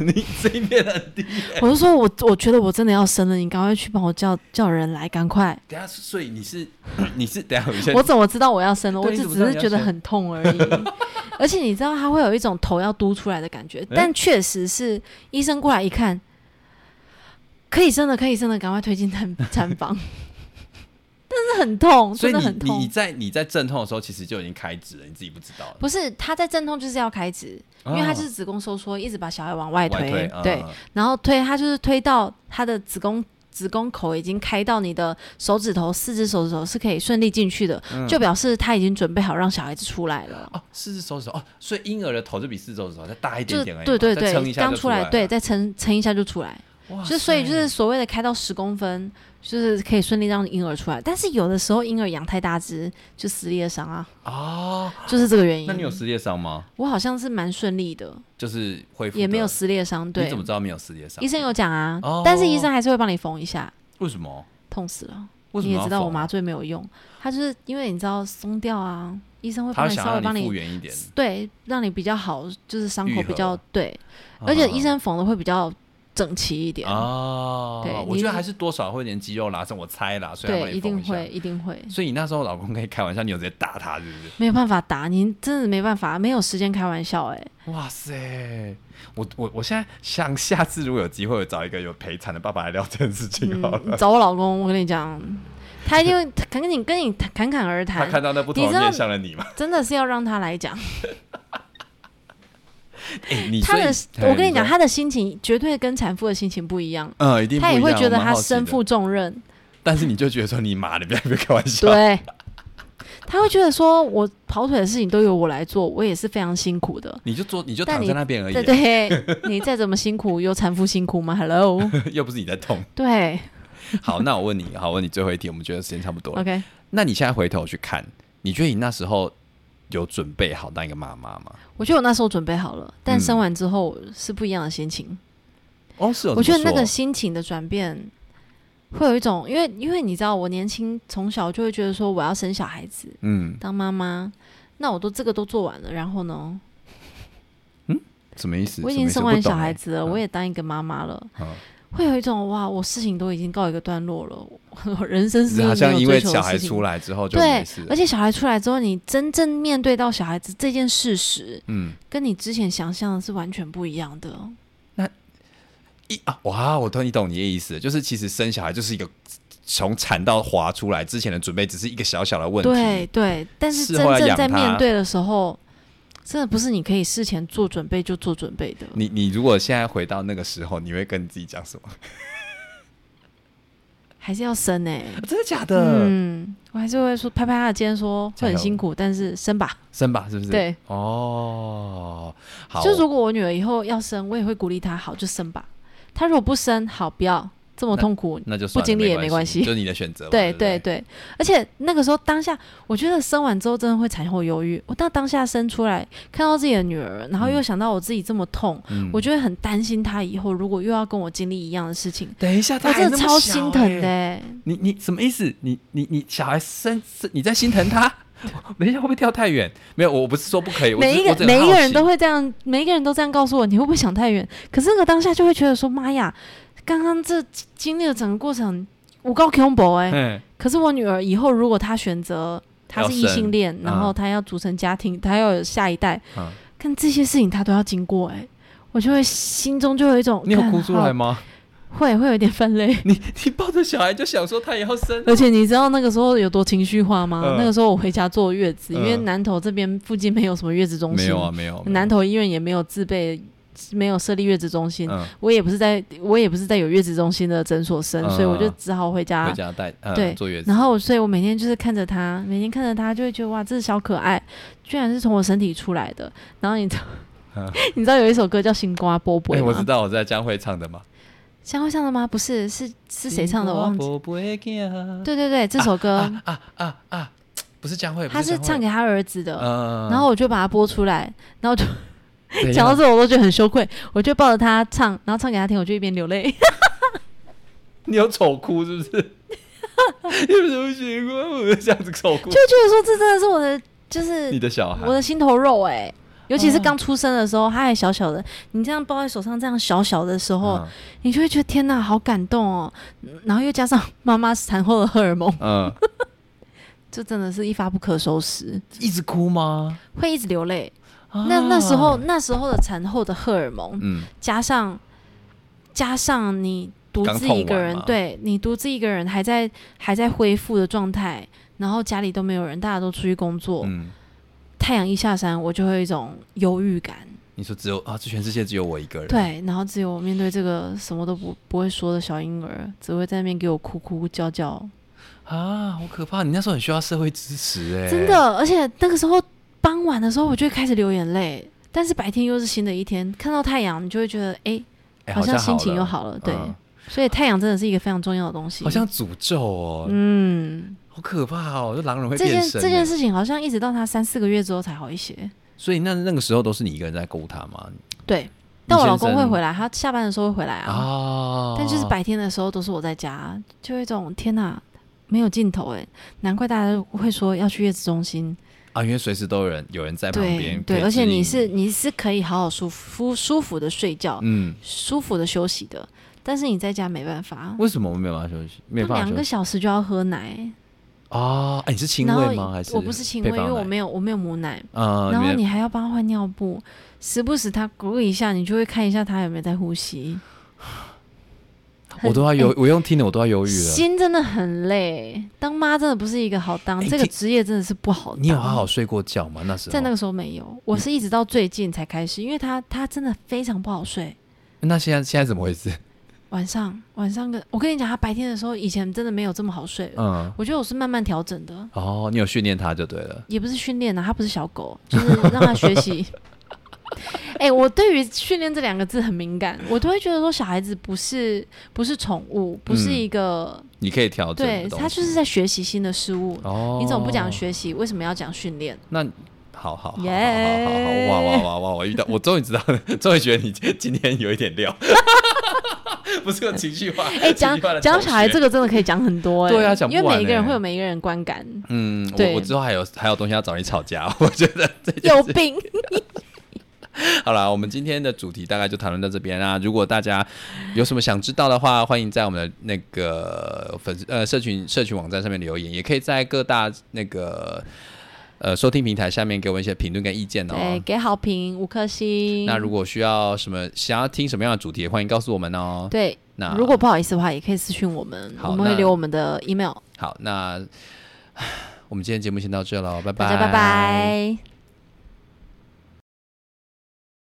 B: 你这一面很低耶。
A: 我就说我我觉得我真的要生了，你赶快去帮我叫叫人来，赶快。
B: 等一下，所以你是 (coughs) 你是等一下我先
A: 我怎么知道我要生了？我
B: 对
A: 只
B: 你
A: 只
B: 怎么知
A: 是
B: 道你要
A: 觉得
B: 生
A: 很痛而
B: (laughs)
A: 已。而且你知道，他会有一种头要嘟出来的感
B: 嗯
A: 觉，但确实是医生过来一看，可以生了，可以生了，赶快推进产产
B: (laughs)
A: 房。但是很痛，真
B: 所以
A: 的
B: 你
A: 很
B: 你你
A: 痛。
B: 在你在阵痛的时候，其实就已经开指了，你自己不知道了。
A: 不是他在阵痛就是要开指，因为他就是子宫收缩，一直把小孩往外推，
B: 啊推，
A: 对，
B: 嗯
A: 然后推他就是推到他的子宫。子宫口已经开到你的手指头，四只手指头是可以顺利进去的，就表示他已经准备好让小孩子出来了。
B: 嗯哦，四只手指头哦，所以婴儿的头就比四只手指头再大一
A: 就
B: 点点而已嘛，
A: 对对
B: 再撑一
A: 对，
B: 下
A: 刚
B: 就
A: 出
B: 来
A: 来，
B: 了
A: 对，，再撑撑一下就出来，
B: 哇
A: 就所以就
B: 塞
A: 是所谓的开到十公分，就是可以顺利让婴儿出来。但是有的时候婴儿养太大只就撕裂伤啊，
B: 哦，
A: 就是这个原因。
B: 那你有撕裂伤吗？
A: 我好像是蛮顺利的，
B: 就是恢复
A: 也没有
B: 的
A: 撕裂伤。
B: 你
A: 对
B: 怎，么知道没有撕裂伤
A: 医？生有讲啊，
B: 哦
A: 但是医生还是会帮你缝一下，
B: 为什么？
A: 痛死了。
B: 为什
A: 你也
B: 么要
A: 知道我
B: 缝啊
A: 麻醉没有用，他就是因为你知道松掉啊，医生会帮
B: 他
A: 你
B: 想
A: 稍微帮
B: 让你复
A: 你
B: 原一点，
A: 对，让你比较好，就是伤
B: 愈
A: 口比较
B: 合
A: 对，而且医
B: 啊
A: 生缝的会比较整齐一点
B: 哦，
A: 对
B: 我
A: 你
B: 觉得
A: 是
B: 还是多少会有点肌肉拉伸，我猜啦，所以他帮
A: 对，
B: 你
A: 一定
B: 缝下
A: 会，。一定会，
B: 所以你那时候老公可以开玩笑，你有直接打他，是不是？
A: 没有办法打，你真的没办法，没有时间开玩笑、
B: (laughs)
A: 哎，
B: 哇塞！我我我现在想，下次如果有机会，我找一个有陪产的爸爸来聊这件事情好
A: 嗯，
B: 了。
A: 找我老公，我跟你讲，他一定会他跟你跟你侃侃而
B: 他看
A: 谈，
B: 到那不同
A: 你
B: 的
A: 知道
B: 面向的你嘛？
A: 真的是要让他来讲，
B: 哎，你
A: 他的
B: 所以，
A: 我跟你讲，
B: 说
A: 他的心情绝对跟产妇的心情不一样，
B: 嗯，一定
A: 他
B: 不
A: 也
B: 一
A: 会
B: 样
A: 觉得
B: 我蛮
A: 他
B: 好奇
A: 身
B: 的
A: 负重
B: (laughs)
A: 任，
B: 但是你就觉得说你妈的，不要不要开玩笑。
A: 对。他会觉得说，我跑腿的事情都由我来做，我也是非常辛苦的。
B: 你就坐，你就
A: 但
B: 躺
A: 你
B: 在那边而已
A: 对，对，你再怎么辛苦，有产妇辛苦吗？Hello，
B: (laughs) (laughs) 又不是你在痛。
A: (laughs) 对
B: 好，那我问你，好，我问你最后一题，我们觉得时间差不多了。
A: ，OK，
B: 那你现在回头去看，你觉得你那时候有准备好当一个妈妈吗？
A: 我觉得我那时候准备好了，但
B: 嗯
A: 生完之后是不一样的心情。
B: 哦，是有
A: 我
B: 这
A: 觉得
B: 么
A: 那个
B: 说
A: 心情的转变，会有一种，因为因为你知道，我年轻从小就会觉得说我要生小孩子，
B: 嗯，
A: 当妈妈。那我都这个都做完了，然后呢，
B: 什么意思？
A: 我已经
B: 什
A: 生
B: 么意
A: 完
B: 思
A: 小孩子了，
B: 嗯
A: 我也当一个妈妈了，
B: 不懂欸
A: 会有一种哇，我事情都已经告一个段落了，我人生是
B: 嗯，好
A: 没
B: 像
A: 有
B: 因
A: 追
B: 为
A: 求
B: 小
A: 的
B: 孩
A: 事情
B: 出来之后就
A: 对
B: 没事，
A: 而
B: 了。
A: 且小孩出来之后，你真正面对到小孩子这件事实，
B: 嗯，
A: 跟你之前想象的是完全不一样的。
B: 一啊，哇，我懂你懂你的意思，就是其实生小孩就是一个从产到滑出来之前的准备，只是一个小小的问题。
A: 对对，但是
B: 事
A: 真
B: 后要
A: 正
B: 养
A: 在面
B: 他
A: 对的时候，真的不是你可以事前做准备就做准备的。
B: 你你如果现在回到那个时候，你会跟你自己讲什么？
A: 还是要生哎、
B: 真的假的？
A: 嗯，我还是会说拍拍他的肩说
B: 加
A: 会很
B: 油
A: 辛苦，但是生吧。
B: 生吧，是不是？
A: 对，
B: 哦，好，
A: 就如果我女儿以后要生，我也会鼓励她，好就生吧。她如果不生，好不要这么痛苦。
B: 那就算了
A: 不经历也没关系
B: 就你的选择嘛。
A: 对
B: 不
A: 对对，而且那个时候当下，我觉得生完之后真的会产后忧郁。我到当下生出来，看到自己的女儿，然后又
B: 嗯
A: 想到我自己这么痛，
B: 嗯
A: 我就会很担心她以后如果又要跟我经历一样的事情，
B: 等一下，他
A: 我
B: 还
A: 真
B: 那
A: 的
B: 么
A: 超
B: 小
A: 心疼
B: 欸
A: 的、。欸。
B: 你你什么意思？你你你小孩生生，你在心疼他？ (laughs) 等一下会不会跳太远？没有，我不是说不可以，我只
A: 每一
B: 我
A: 个
B: 只很
A: 每一个
B: 好
A: 人
B: 奇
A: 都会这样，每一个人都这样告诉我，你会不会想太远？可是那个当下就会觉得说，妈呀，刚刚这经历了整个过程，我高 combo 哎。
B: 嗯，
A: 可是我女儿以后如果她选择她
B: 要
A: 是异
B: 生
A: 性恋，然后
B: 嗯
A: 她要组成家庭，她要有下一代，
B: 嗯
A: 看这些事情她都要经过哎、我就会心中就有一种，
B: 你有
A: 干
B: 哭出
A: 好
B: 来吗？
A: 会会有点泛泪。
B: 你你抱着小孩就想说他也要
A: (laughs)
B: 生，
A: 而且你知道那个时候有多情绪化吗？
B: 嗯
A: 那个时候我回家坐月子，因为
B: 嗯啊
A: 南头这边附近没有什么月子中心，
B: 没有啊，没有，没有
A: 南投医院也没有自备没有设立月子中心，
B: 嗯，
A: 我也不是在我也不是在有月子中心的诊所生，
B: 嗯
A: 所以我就只好回家。
B: 回家带，嗯、
A: 啊对
B: 坐月子，
A: 然后，所以我每天就是看着他，每天看着他，就会觉得哇，这是小可爱，居然是从我身体出来的。然后你知道， (laughs)
B: 嗯
A: 你知道有一首歌叫《星瓜波波
B: 哎》我知
A: 吗？
B: 道我在江会唱的嘛，
A: 江会唱的吗？不是，是是谁唱的？我忘记。
B: 我不会怕
A: 对对对，这首歌、
B: 啊不是江蕙，
A: 他是唱
B: 给，
A: 给他儿子的，
B: 嗯，
A: 然后我就把它播出来，然后就
B: 等一下
A: 讲到这我都觉得很羞愧，我就抱着他唱，然后唱给他听，我就一边流泪。
B: 嗯你有丑哭是不是？ (laughs) 你为什么喜欢我这样子丑哭
A: (laughs) 就？觉得说这真的是我的，就是
B: 你的小孩
A: 我，的心头肉哎、尤其是
B: 哦
A: 刚出生的时候，他还小小的，你这样抱在手上，这样小小的时候，
B: 嗯
A: 你就会觉得天哪，好感动哦。然后又加上妈妈产后的荷尔蒙，
B: 嗯，嗯，
A: 就真的是一发不可收拾，
B: 一直哭吗？
A: 会一直流泪。
B: 啊
A: 那那时候，那时候的产后的荷尔蒙，
B: 嗯，
A: 加上加上你独自一个
B: 刚痛完
A: 人
B: 嘛，
A: 对你独自一个人还在还在恢复的状态，然后家里都没有人，大家都出去工作，
B: 嗯，
A: 太阳一下山，我就会有一种忧郁感。
B: 你说只有啊，这全世界只有我一个人，，
A: 对，然后只有面对这个什么都不不会说的小婴儿，只会在那边给我哭哭叫叫，
B: 啊，好可怕！你那时候很需要社会支持，哎，
A: 真，的。而且那个时候傍晚的时候，我就会开始流眼泪，但是白天又是新的一天，看到太阳，你就会觉得哎、诶
B: 哎，
A: 好
B: 像
A: 像心情又好了。
B: 了，
A: 对，
B: 嗯
A: 所以太阳真的是一个非常重要的东西。
B: 好像诅咒哦，
A: 嗯，
B: 好可怕哦，就狼人会
A: 这
B: 变
A: 件
B: 身，
A: 这件
B: 哎，
A: 事情好像一直到他三四个月之后才好一些。
B: 所以那那个时候都是你一个人在顾他吗？
A: 对，但我老公会回
B: 来
A: 来，他下班的时候会回来啊。
B: 啊，
A: 但就是白天的时候都是我在家，就有一种天哪，没有尽头哎，难怪大家会说要去月子中心。
B: 啊，因为随时都有人有人在旁
A: 对
B: 边，
A: 对，
B: 可以
A: 而且
B: 指引
A: 你是你是可以好好舒服舒服的睡觉，
B: 嗯，
A: 舒服的休息的。但是你在家没办法，
B: 为什么我没有办法休息？没有
A: 都
B: 办
A: 两
B: 法休
A: 个
B: 息
A: 小时就要喝奶，
B: 啊？哎，你是亲
A: 然后
B: 喂吗？还是
A: 我不是亲喂，
B: 配
A: 因
B: 方
A: 为我
B: 奶
A: 没有我没有母奶。
B: 啊，
A: 然后
B: 没
A: 你还要帮他换尿布，时不时他咕一下，你就会看一下他有没有在呼吸。
B: 我都要
A: 哎
B: 犹，我用听的我都要犹豫了。
A: 心真的很累，当妈真的不是一个好当，
B: 哎
A: 这个
B: 听
A: 职业真的是不好当。
B: 你有好哦好睡过觉吗？那时候
A: 在那个时候没有，我是一直到最近才开始，因为他他真的非常不好睡，
B: 那现在现在怎么
A: (laughs)
B: 回事？
A: 晚上晚上跟我跟你讲，他白天的时候以前真的没有这么好睡了，
B: 嗯，
A: 我觉得我是慢慢调整的，
B: 哦，你有训练他就对了。
A: 也不是训练啊，他不是小狗， (laughs) 就是让他学习。 (laughs) 哎、我对于“训练”这两个字很敏感，我都会觉得说小孩子不是不是宠物，不是
B: 嗯
A: 一个，
B: 你可以调整
A: 对
B: 的东西，
A: 他就是在学习新的事物。
B: 哦，
A: 你怎么不讲？学习？为什么要讲训
B: (laughs)
A: 练？
B: 那好好好好好好好
A: 耶
B: 哇哇哇哇！我遇到，我终于知道， (laughs) 终于觉得你今天有一点料， (laughs) 不是个情绪化。
A: 哎、讲
B: 情绪化的
A: 讲
B: 同
A: 小孩
B: 学
A: 这个真的可以讲很多哎、
B: 对啊讲不
A: 因为
B: 完
A: 每一个人
B: 欸
A: 会有每一个人观感，
B: 嗯，我
A: 对
B: 我之后还有还有东西要找你吵架， (laughs) 我觉得这
A: 有
B: (laughs)
A: 病。
B: 好啦，我们今天的主题大概就谈论到这边啊啦。如果大家有什么想知道的话，欢迎在我们的那个粉丝呃社群社群网站上面留言，也可以在各大那个呃收听平台下面给我们一些评论跟意见
A: 对
B: 哦，。
A: 哎给好评五颗星。
B: 那如果需要什么想要听什么样的主题，也欢迎告诉我们哦。
A: 对，
B: 那
A: 如果不好意思的话，也可以私讯我们，
B: 好
A: 我们会
B: 那
A: 留我们的 email。
B: (sighs) 好，那唉我们今天节目先到这喽，拜拜，
A: 大家拜拜。